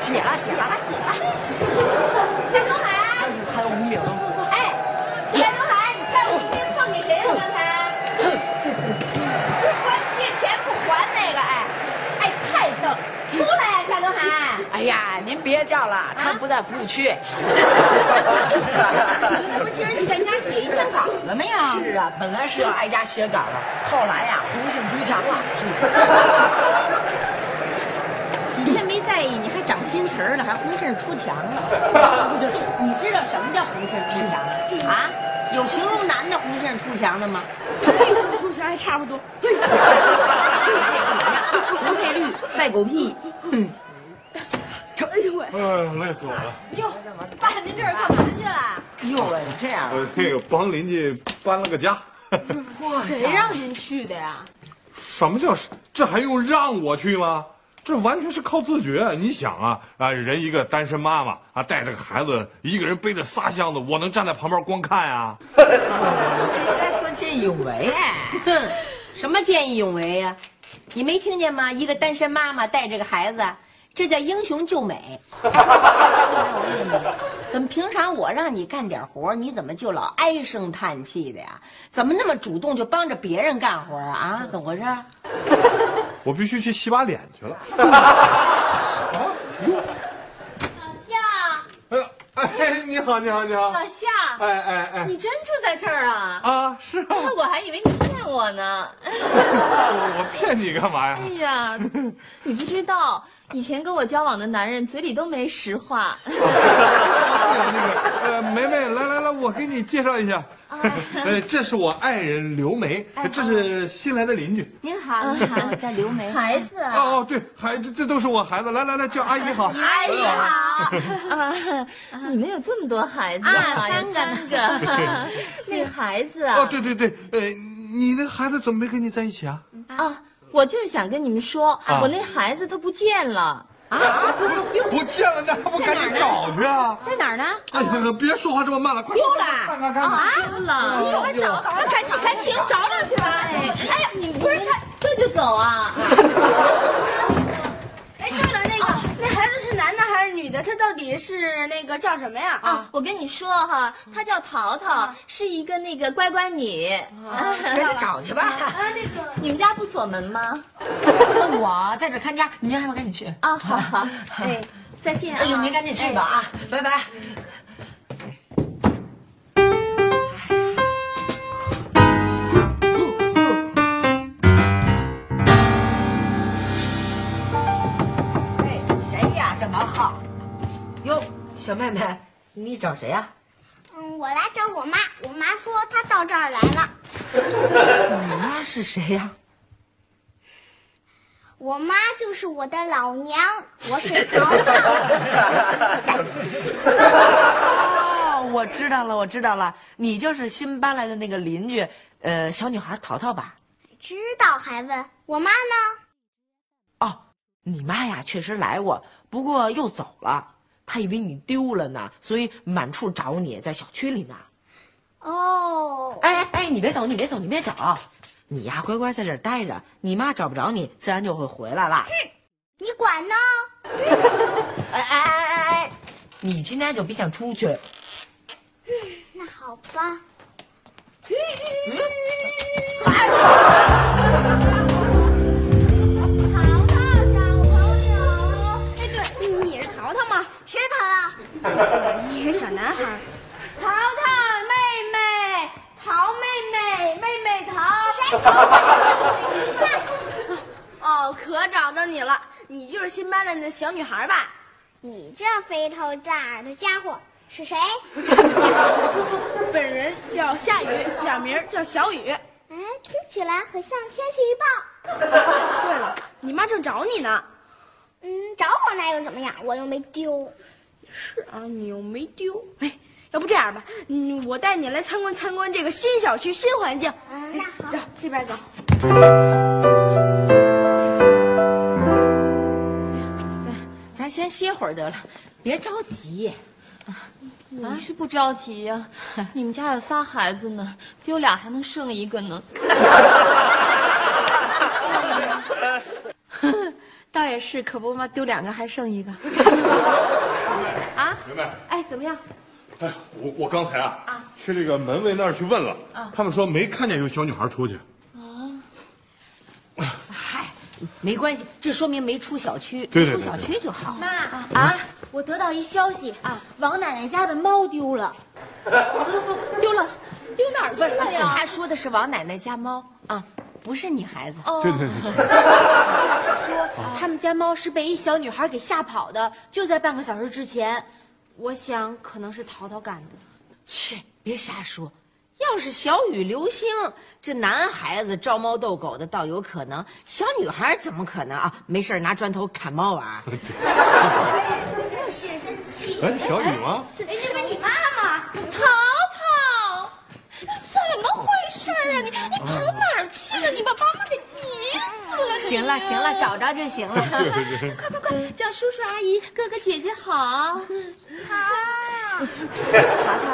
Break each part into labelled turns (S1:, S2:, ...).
S1: 写了写了写了，
S2: 夏东海，
S1: 还有五秒。
S2: 哎，夏东海，你猜我一边碰见谁了？刚才，这关借钱不还那个，哎，哎，太逗了！出来啊呀、夏东海！
S1: 哎呀，您别叫了，他不在服务 区。
S2: 你不是今儿你在家写一篇稿了没有？
S1: 是啊，本来是要挨家写稿了，后来呀，红杏出墙了。
S2: 几天没在意，你还长新词儿了，还红杏出墙了。你知道什么叫红杏出墙啊？啊，有形容男的红杏出墙的吗？
S3: 绿色出墙还差 不多。
S2: 不配绿，赛狗屁。
S4: 哎呀，累死我了！
S2: 哟，爸，您这是干嘛去了？
S1: 哟喂，这样啊
S4: 我那呃个帮邻居搬了个家。
S2: 谁让您去的呀？
S4: 什么叫是这还用让我去吗？这完全是靠自觉。你想啊啊，人一个单身妈妈啊，带着个孩子，一个人背着仨箱子，我能站在旁边观看啊？
S1: 这应该算见义勇为。啊
S5: 哼，什么见义勇为呀、你没听见吗？一个单身妈妈带着个孩子，这叫英雄救美。 怎么平常我让你干点活，你怎么就老唉声叹气的呀？怎么那么主动就帮着别人干活啊？啊，怎么回事？
S4: 我必须去洗把脸去了。
S3: 老夏，
S4: 哎呀，哎，你好，你好，你好。
S3: 老夏，
S4: 哎哎哎，
S3: 你真住在这儿啊？
S4: 啊，是啊，
S3: 我还以为你骗我呢。
S4: 我我骗你干嘛呀
S3: 哎？ 呀，你不知道，以前跟我交往的男人嘴里都没实话。
S4: 哎呀，那个呃，梅梅，来来来，我给你介绍一下， 呃，这是我爱人刘梅，这是新来的邻居。
S5: 您好，您好，我叫刘梅。
S3: 孩子啊，
S4: 哦哦，对，孩这这都是我孩子，来来来，叫阿姨
S5: 啊
S4: 好。
S5: 哎
S3: 阿姨好啊，你们有这么多孩子
S5: 啊
S3: 有三 个。那孩子啊，
S4: 哦，对对对，呃，你那孩子怎么没跟你在一起啊？
S3: 啊，我就是想跟你们说，
S4: 啊
S3: 我那孩子他不见了。
S4: 不见了，那还不赶紧找去啊？
S5: 在哪儿呢？
S4: 哎呀，别说话这么慢了，快啊哎
S2: 丢了
S4: 看看看看。
S3: 丢了。
S2: 你快
S4: 嗯
S2: 找找，赶紧赶紧找找去吧！哎呀，你不是他，
S3: 这就走 啊？
S6: 哎，对了，那个、那孩子是男的还是女的？他到底是那个叫什么呀？啊
S3: 啊，我跟你说哈，她叫淘淘，是一个那个乖乖女。
S1: 赶紧找去吧。
S6: 啊，那个
S3: 你们家不锁门吗？
S1: 那我在这看家，您还不赶紧去？
S3: 啊，好好，哎，再见啊。
S1: 哎呦，您赶紧去吧啊，拜拜。哎，谁呀？这王浩。哟，小妹妹，你找谁呀？
S6: 嗯，我来找我妈，我妈说她到这儿来了。
S1: 你妈是谁呀？
S6: 我妈就是我的老娘，我是淘淘。
S1: 哦，我知道了，我知道了，你就是新搬来的那个邻居，呃，小女孩淘淘吧？
S6: 知道还问我妈呢？
S1: 哦，你妈呀，确实来过，不过又走了。她以为你丢了呢，所以满处找你，在小区里呢。
S6: 哦，
S1: 哎哎哎，你别走，你别走，你别走，你呀乖乖在这儿待着，你妈找不着你，自然就会回来了。
S6: 你管呢？
S1: 哎哎哎哎哎，你今天就别想出去。
S6: 那好吧。淘淘，小朋友，哎，对，你是淘淘吗？是淘淘。
S5: 你个小男孩。
S6: 淘淘妹妹，淘妹妹，妹妹淘。哦，可找到你了，你就是新搬来的小女孩吧？
S7: 你这肥头大耳的家伙是谁？
S6: 本人叫夏雨，小名叫小雨。
S7: 哎，听起来很像天气预报。
S6: 对了，你妈正找你呢。
S7: 嗯，找我那又怎么样？我又没丢。
S6: 是啊，你又没丢。哎，要不这样吧，嗯，我带你来参观参观这个新小区新环境。
S7: 啊
S6: 哎，
S7: 那好，
S6: 走，这边走。
S5: 咱先歇会儿得了，别着急。
S8: 啊
S3: 你是不着急 呀、你们家有仨孩子呢，丢俩还能剩一个呢。
S8: 倒也是，可不嘛，丢两个还剩一 个。
S4: 明白。
S8: 哎，怎么样？
S4: 哎，我我刚才啊，去这个门卫那儿去问了，他们说没看见有小女孩出去。
S5: 嗨，没关系，这说明没出小区，
S4: 对对
S5: 出
S4: 对
S5: 小区就好。
S6: 妈啊，我得到一消息啊，王奶奶家的猫 丢了。
S3: 丢了，丢哪儿去了呀？
S5: 他说的是王奶奶家猫啊，不是你孩子。
S3: 哦，
S6: 说啊他们家猫是被一小女孩给吓跑的，就在半个小时之前。我想可能是淘淘干的。
S5: 去，别瞎说。要是小雨流星，这男孩子招猫逗狗的倒有可能，小女孩怎么可能啊？没事儿拿砖头砍猫 玩儿。
S4: 哎，小雨吗？
S6: 哎，这不是你妈吗？
S3: 淘淘，怎么回事啊你？你跑哪儿去了？你把妈妈给急死了！
S5: 行了行了，找着就行了。
S3: 快快快，叫叔叔阿姨、哥哥姐姐好。
S5: 淘淘，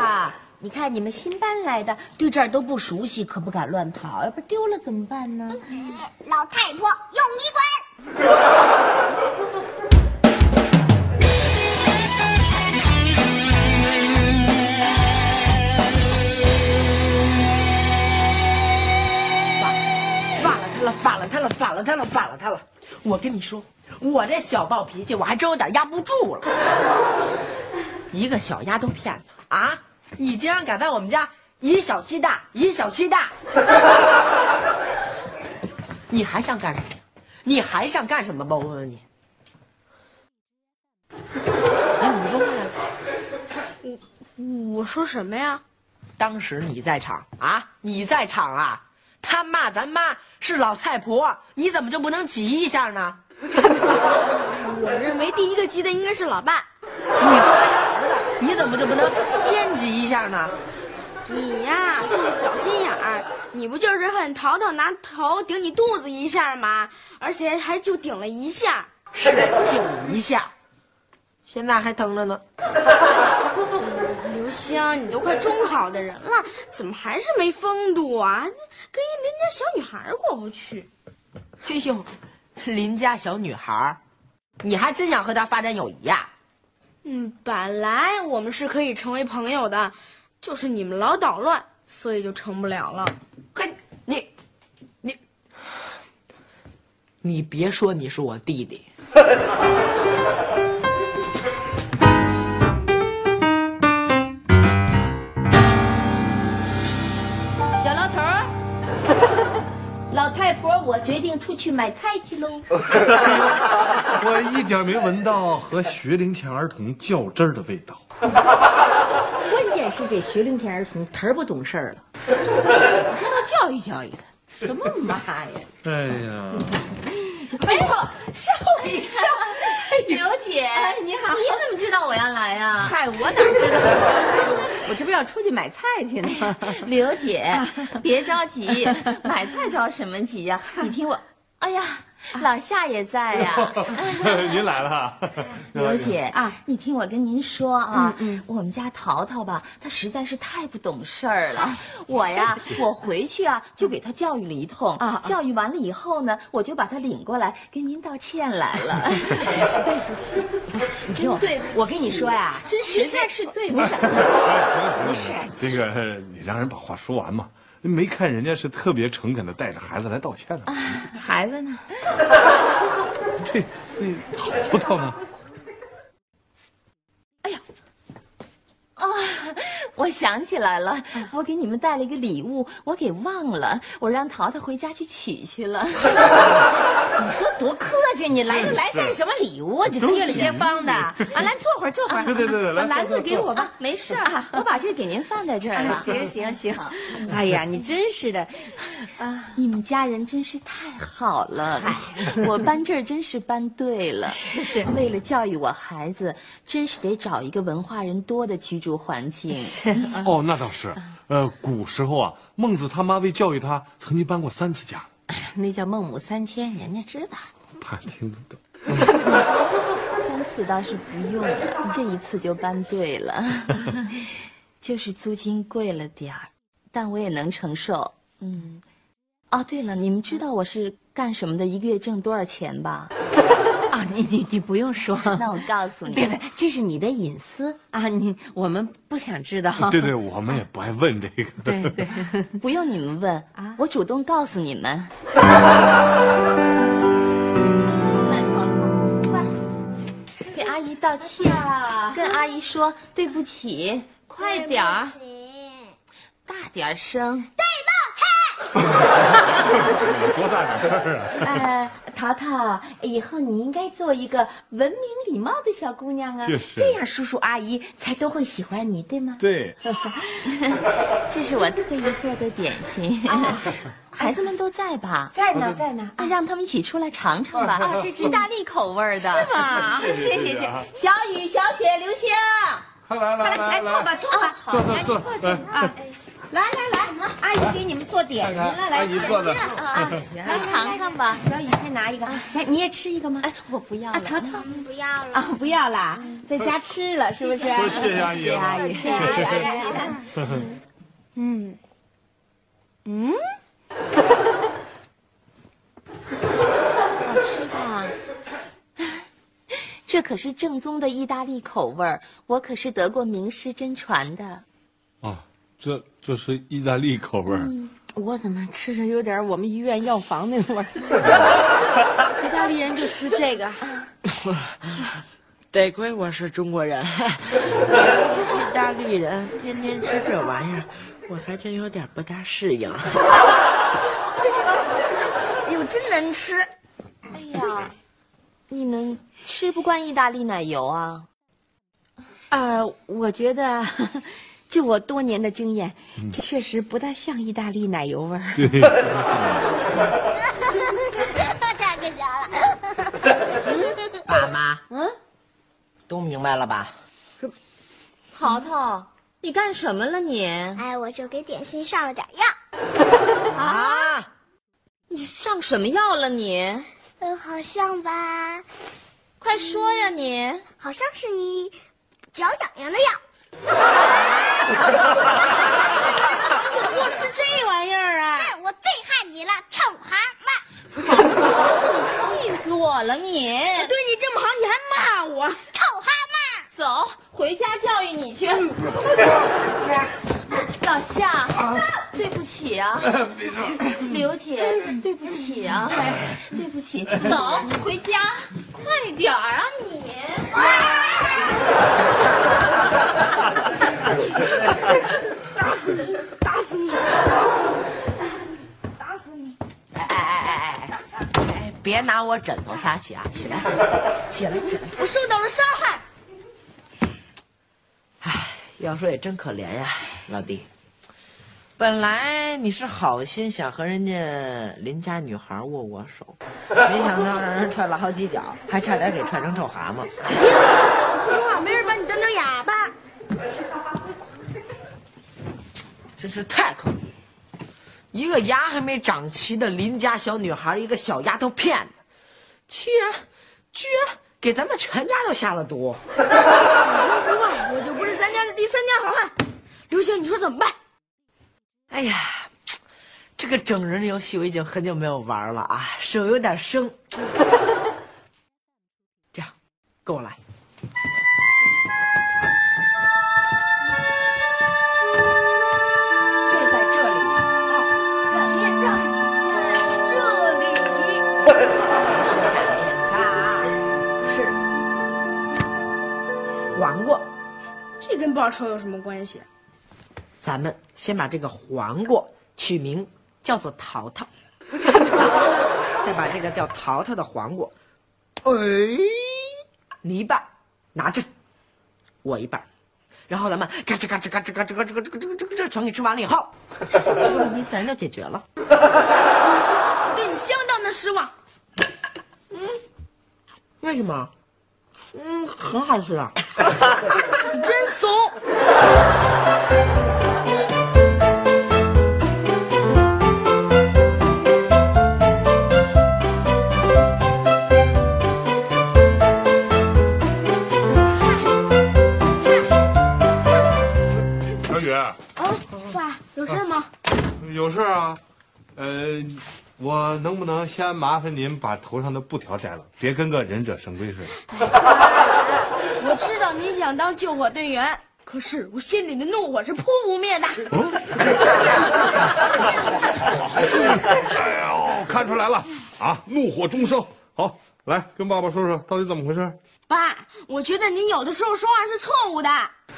S5: 你看你们新搬来的，对这儿都不熟悉，可不敢乱跑，要不丢了怎么办呢？
S7: 嗯老太婆用哎你管。
S1: 反了他了，反了他了，反了他了，反了他了！我跟你说，我这小暴脾气，我还真有点压不住了。一个小丫头片子啊！你竟然敢在我们家以小欺大，以小欺大！你还想干什么呀？你还想干什么吧？我问问你。哎，你说话呀！
S6: 我说什么呀？
S1: 当时你在场啊，你在场啊，他骂咱妈是老太婆，你怎么就不能急一下呢？
S6: 我认为第一个急的应该是老爸。
S1: 你作为他儿子，你怎么就不能先急一下呢？
S6: 你呀、就是小心眼儿，你不就是恨淘淘拿头顶你肚子一下吗？而且还就顶了一下。
S1: 是静一下，现在还疼着呢。
S6: 刘星，你都快中考的人了，怎么还是没风度啊？跟人家小女孩儿过不去。
S1: 哎呦，邻家小女孩儿，你还真想和她发展友谊呀、啊
S6: 嗯，本来我们是可以成为朋友的，就是你们老捣乱，所以就成不了了。
S1: 嘿，你，你，你别说你是我弟弟。
S5: 小老头儿，
S7: 老太婆，我决定出去买菜去喽。
S4: 呃 我一点没闻到和学龄前儿童较真儿的味道。
S5: 关键是这学龄前儿童忒儿不懂事儿了，我说他教育教育他。什么妈呀！
S4: 哎 呀，
S5: 哎呦，笑你！
S3: 刘姐，
S5: 你好
S3: 哎你怎么知道我要来啊呀、
S5: 嗨，我哪知 道？我这不要出去买菜去呢。
S3: 刘 姐，别着急，买菜着什么急呀、你听我，哎呀，老夏也在呀、
S4: 您来了啊，
S3: 刘姐啊，你听我跟您说啊，我们家淘淘吧，她实在是太不懂事儿了。我呀，我回去啊就给她教育了一通，教育完了以后呢，我就把她领过来跟您道歉来了。
S5: 你听我
S3: 对不起，
S5: 我跟你说呀，
S3: 真实在是对不起。
S4: 哎不是这个，你让人把话说完嘛。没看人家是特别诚恳的带着孩子来道歉的，
S8: 孩子呢？
S4: 这那淘淘呢？
S3: 我想起来了，我给你们带了一个礼物，我给忘了，我让淘淘回家去取去了。
S5: 你说多客气，你来就来，带什么礼物啊？这街里街坊的啊，来坐会儿，坐会儿。
S4: 对对对对来
S5: 啊篮子给我吧。
S3: 没事儿，我把这给您放在这儿了。
S8: 行行行，哎呀，你真是的，
S3: 你们家人真是太好了，我搬这儿真是搬对了。为了教育我孩子，真是得找一个文化人多的居住环境。
S4: 哦，那倒是。呃，古时候啊，孟子他妈为教育他，曾经搬过三次家。
S5: 那叫孟母三迁，人家知道。
S4: 怕听不懂。
S3: 三次倒是不用了，这一次就搬对了。就是租金贵了点儿，但我也能承受。嗯，哦，对了，你们知道我是干什么的，一个月挣多少钱吧？
S5: 啊，你你你不用说，啊
S3: 那我告诉你
S5: 别，别，这是你的隐私啊，你我们不想知道。啊
S4: 对对，我们也不爱问这个。
S5: 对对，
S3: 不用你们问，我主动告诉你们。给阿姨道歉，跟阿姨说对不起，快点儿，大点儿声。
S4: 多大点事儿啊？
S7: 哎，淘淘，以后你应该做一个文明礼貌的小姑娘啊，
S4: 就是
S7: 这样，叔叔阿姨才都会喜欢你，对吗？
S4: 对，
S3: 这是我特意做的点心，孩子们都在吧？
S7: 在呢，在呢。
S3: 那让他们一起出来尝尝吧，意大利口味儿的，是
S5: 啊
S3: 吗？
S4: 谢谢啊谢。
S2: 小雨、小雪、刘星，
S4: 快来来来
S5: 来哎坐吧，坐吧，
S4: 坐坐坐坐哎坐。
S6: 哎
S2: 来来来，阿姨给你们做点
S4: 看
S2: 心
S4: 看
S2: 了，
S4: 哎阿
S2: 来
S4: 姨坐着。
S3: 来尝尝吧。
S2: 小雨先拿一个，
S5: 啊
S2: 来你也吃一个吗？
S3: 哎，我不要了。
S2: 淘淘，不要
S6: 哎
S2: 了啊，不要啦，在家吃了是不是？
S4: 说谢谢阿姨啊了。
S2: 阿姨，
S6: 啊
S2: 谢
S6: 哎
S2: 谢阿姨。
S3: 好吃吧？这可是正宗的意大利口味儿，我可是得过名师真传的。
S4: 啊，这这是意大利口味儿。
S5: 我怎么吃着有点我们医院药房那味儿？
S8: 意大利人就吃这个，
S1: 得亏我是中国人， 意大利人天天吃这玩意儿，我还真有点不大适应。
S2: 哎呦，真能吃！
S3: 哎呀，你们吃不惯意大利奶油啊？
S8: 呃，我觉 得，就我多年的经验，这确实不大像意大利奶油味儿。
S7: 太个啥了？
S1: 爸妈，嗯，都明白了吧？
S3: 淘淘，你干什么了你？
S7: 哎，我就给点心上了点药。
S1: 啊，
S3: 你上什么药了你？
S7: 嗯，好像吧，
S3: 快说呀你！
S7: 好像是你脚痒痒的药。
S2: 吃这玩意儿啊！
S7: 哎，我最恨你了，跳舞蛤蟆，
S3: 你气死我了你！
S2: 对你这么好，你还骂我？
S7: 臭蛤蟆。
S3: 走，回家教育你去。老夏，对不起啊，刘姐，对不起啊，对不起，走，回家，快点儿啊你！
S1: 哎哎哎哎哎哎，别拿我枕头撒气啊！起来起来起来起来！
S2: 我受到了伤害。
S1: 哎，要说也真可怜呀，老弟。本来你是好心想和人家邻家女孩握握手，没想到让人踹了好几脚，还差点给踹成臭蛤蟆。
S2: 不说话没人把你当成哑巴。
S1: 真是太可恶！一个牙还没长齐的邻家小女孩，一个小丫头片子，居然居然给咱们全家都下了毒。
S2: 不怪我就不是咱家的第三家好汉。刘星，你说怎么办？
S1: 哎呀，这个整人游戏我已经很久没有玩了啊，手有点生。这样，跟我来。就在这里。啊
S2: 这里。
S1: 扎，是黄瓜。
S8: 这跟报仇有什么关系？
S1: 咱们先把这个黄瓜取名叫做淘 淘，再把这个叫淘淘的黄瓜，哎，你一半儿拿着，我一半儿，然后咱们嘎吱嘎吱嘎吱嘎吱嘎吱嘎吱嘎吱嘎吱全给吃完了以后，这个问题自然就解决了。
S6: 我对你相当的失望。
S1: 为什么？嗯，很好吃啊。
S6: 真怂。
S4: 小雨，
S6: 哦爸，有事吗？
S4: 有事儿啊？呃，我能不能先麻烦您把头上的布条摘了，别跟个忍者神龟似的。
S6: 我知道你想当救火队员，可是我心里的怒火是扑不灭的。
S4: 哎呦，看出来了啊，怒火中烧。好，来跟爸爸说说到底怎么回事？
S6: 爸，我觉得你有的时候说话是错误的。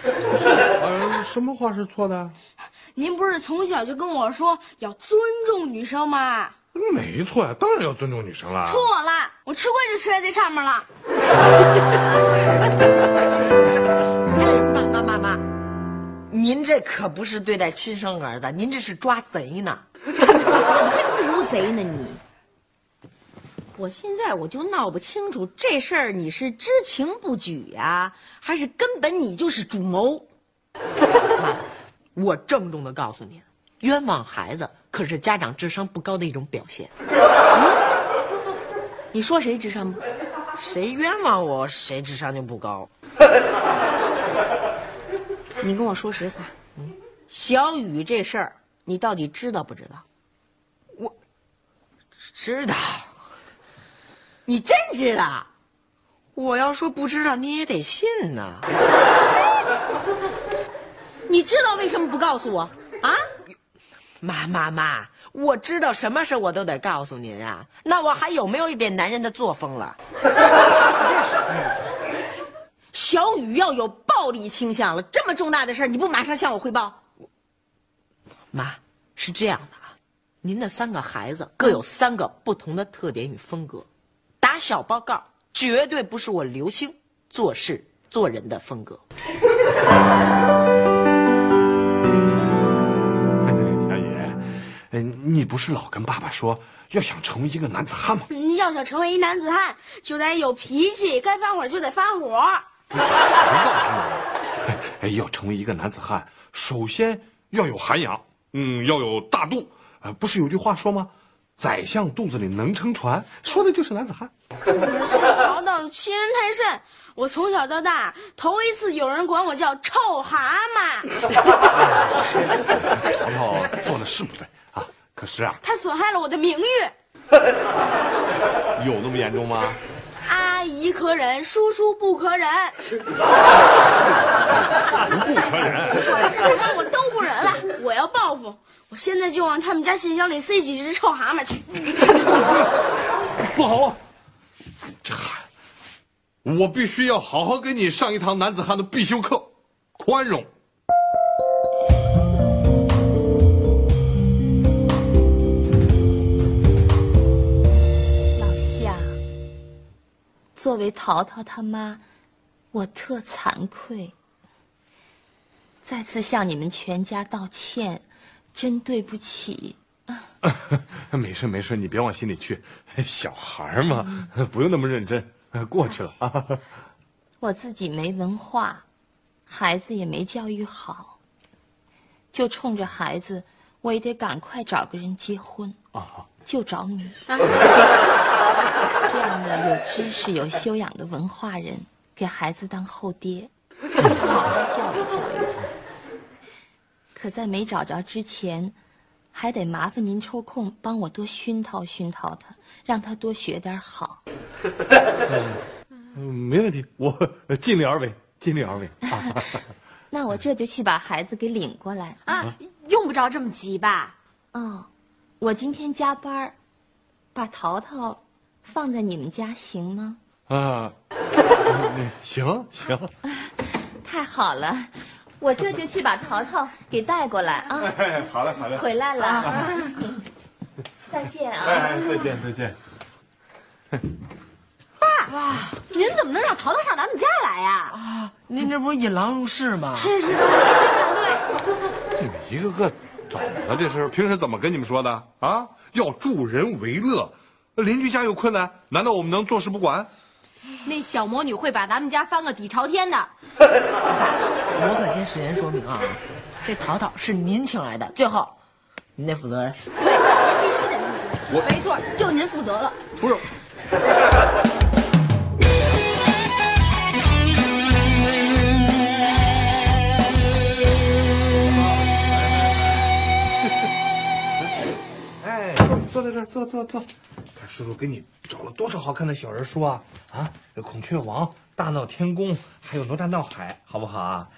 S4: 呃，什么话是错的？
S6: 您不是从小就跟我说要尊重女生吗？
S4: 没错呀，当然要尊重女生啦。
S6: 错了，我吃亏就吃在这上面了。
S1: 妈哎妈妈妈，您这可不是对待亲生儿子，您这是抓贼呢。
S3: 乌贼呢你？
S5: 我现在我就闹不清楚这事儿你是知情不举呀、还是根本你就是主谋？
S1: 我郑重的告诉您，冤枉孩子可是家长智商不高的一种表现。
S5: 你说谁智商不？
S1: 谁冤枉我，谁智商就不高。
S5: 你跟我说实话，小雨这事儿你到底知道不知道？
S1: 知道，
S5: 你真知道？
S1: 我要说不知道你也得信呐。
S5: 你知道为什么不告诉我啊？
S1: 妈妈妈，我知道什么事我都得告诉您啊，那我还有没有一点男人的作风了？
S5: 小雨要有暴力倾向了，这么重大的事儿你不马上向我汇报？
S1: 妈，是这样的啊，您的三个孩子各有三个不同的特点与风格，打小报告绝对不是我刘星做事做人的风格。
S4: 哎小雨，嗯，你不是老跟爸爸说要想成为一个男子汉吗？
S6: 你要想成为一男子汉，就得有脾气，该发火就得发火。
S4: 不是谁告诉你的？哎，要成为一个男子汉，首先要有涵养，嗯，要有大度。呃，不是有句话说吗？宰相肚子里能撑船，说的就是男子汉。
S6: 淘到欺人太甚，我从小到大头一次有人管我叫臭蛤蟆，
S4: 哎呦，做的是不对啊，可是啊，
S6: 他损害了我的名誉。
S4: 有那么严重吗？
S6: 阿姨可忍，叔叔不可忍，
S4: 不可忍！
S6: 管是什么我都不忍了，我要报复。我现在就往他们家信箱里塞几只臭蛤蟆去。
S4: 坐好，这孩子，我必须要好好给你上一堂男子汉的必修课，宽容。
S3: 老夏，作为淘淘他妈，我特惭愧，再次向你们全家道歉，真对不起。
S4: 没事没事，你别往心里去，哎小孩儿嘛，不用那么认真，过去了啊。
S3: 我自己没文化，孩子也没教育好，就冲着孩子，我也得赶快找个人结婚啊，就找你、 这样的有知识、有修养的文化人，给孩子当后爹，好好教育教育他。可在没找着之前，还得麻烦您抽空帮我多熏陶熏陶他，让他多学点好。
S4: 嗯，没问题，我尽力而为，尽力而为啊。
S3: 那我这就去把孩子给领过来。
S6: 啊，用不着这么急吧？
S3: 哦，我今天加班儿，把淘淘放在你们家行吗？
S4: 啊，行行，
S3: 太好了，我这就去把淘淘给带过来啊！
S4: 哎，好嘞好嘞，
S3: 回来了，
S6: 啊
S3: 再见啊！
S4: 哎，再见再见。
S5: 您怎么能让淘淘上咱们家来呀、
S1: 您这不是引狼入室吗？
S6: 真是的，我现在
S4: 哎你们一个个怎么了？这是平时怎么跟你们说的啊？要助人为乐，邻居家有困难，难道我们能坐视不管？
S6: 那小魔女会把咱们家翻个底朝天的。
S1: 我可先事先说明啊，这淘淘是您请来的，最后，您得负责任。
S6: 必须得我没错，就您负责了。
S4: 不是，哎，坐在这儿，坐坐坐。看叔叔给你找了多少好看的小人书啊！啊，有孔雀王、大闹天宫，还有哪吒闹海，好不好啊？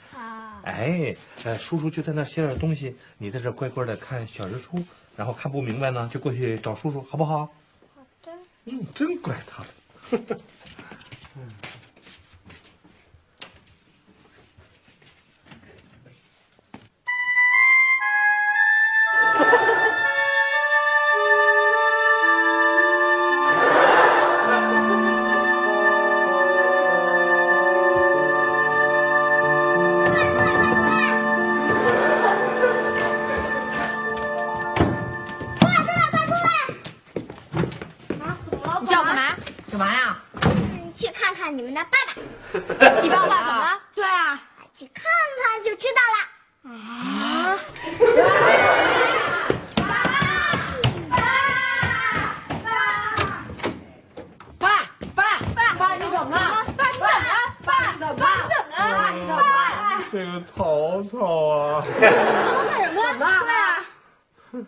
S4: 哎，呃，叔叔就在那儿写点东西，你在这儿乖乖的看小人书，然后看不明白呢，就过去找叔叔，好不好？好的。嗯，真怪他了。
S6: 你叫我干嘛？
S1: 干嘛呀？
S9: 嗯，去看看你们的爸爸，
S6: 你爸爸怎么了？对啊，
S9: 去看看就知道啊
S1: 爸爸爸爸，你怎么了？爸怎么了？爸你怎么了？爸怎么了？爸你怎么了？
S4: 这个淘淘啊，
S1: 怎么了？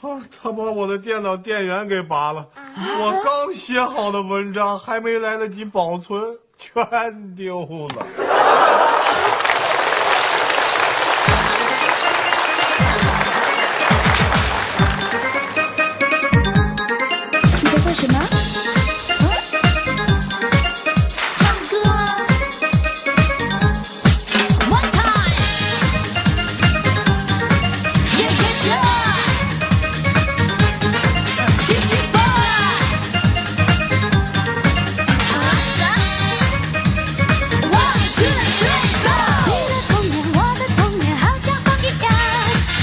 S4: 他他把我的电脑电源给拔了，我刚写好的文章还没来得及保存，全丢了。
S9: 你在做什么？唱歌。One time。也也是爱。天气棒。One two three go。你的童年，我的童年，好像风一样，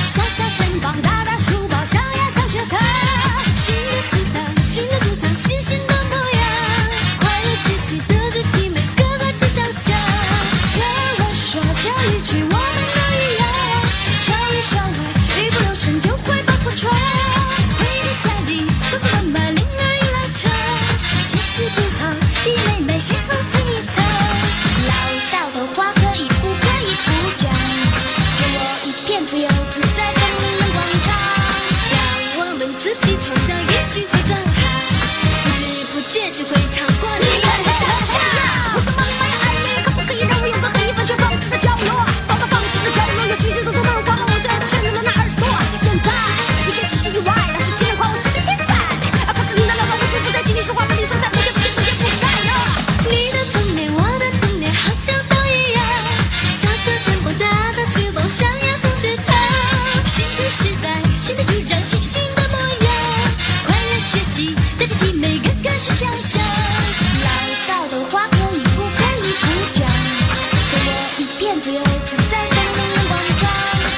S9: 小小肩膀，大大书包，上呀上学堂。新的时代，新的主场，新新的模样，快乐嘻嘻，德智体美，个个都想象。跳啊耍，这一曲我们都一样，校里校外，一不留神就会把破窗。回到家里，爸爸妈妈铃儿一来敲，情绪不好，弟妹妹先后自己猜。老道的话可以不可以不讲？给我一片自由自在的迷人广场，让我们自己创造，也许会更好。不知不觉就会超过你们的想象。我说妈妈呀，哎呀，可不可以让我有个可以完全放肆的角落？爸爸放肆的角落，有许许多多的人光了我最爱炫耀的那耳朵。现在一切只是意外，老师竟然夸我是个天才。啊，把自己的浪漫完全不在，请你说话把你说在，不见不见不见不在哟。你的童年，我的童年，好像都一样。小小肩膀，大大书包，上呀上学堂。新的时代，新的主张，新新的模样。快乐学习，带着体美，个个是强项。老道的话可以不可以不讲？给我一片自由自在的明亮广场，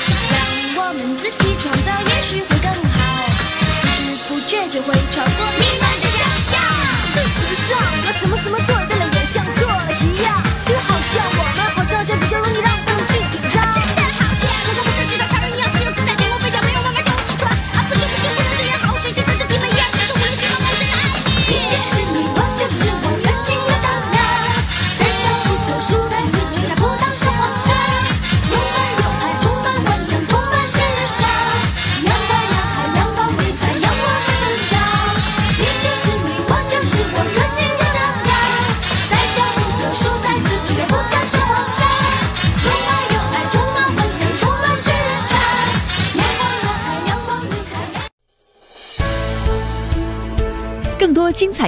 S9: 让我们自己创造，也许会更好。不知不觉就会超过你们的想象。事实上，我什么什么做对了，也像做了一样。就好像我们活着就比较容易让父母去紧张。真的好像，可是我像是个超人一样自由自在，别人围绕没有妈妈叫我起床。啊，不行不行，不能这样，好水性的自己们一样，可是我的心我真的爱你。你就是你，我就是我，任性又张扬，胆小不服输的自己，找不到生活上。充满有爱，充满幻想，充满是忧伤。阳光男孩，阳光女孩，阳光是成长。你就是你，我就是我，任性又张扬，胆小不服输的自己，找不到生活上。充满有爱，充满幻想，充满是忧伤。阳光男孩，阳光女孩。
S10: 更多精彩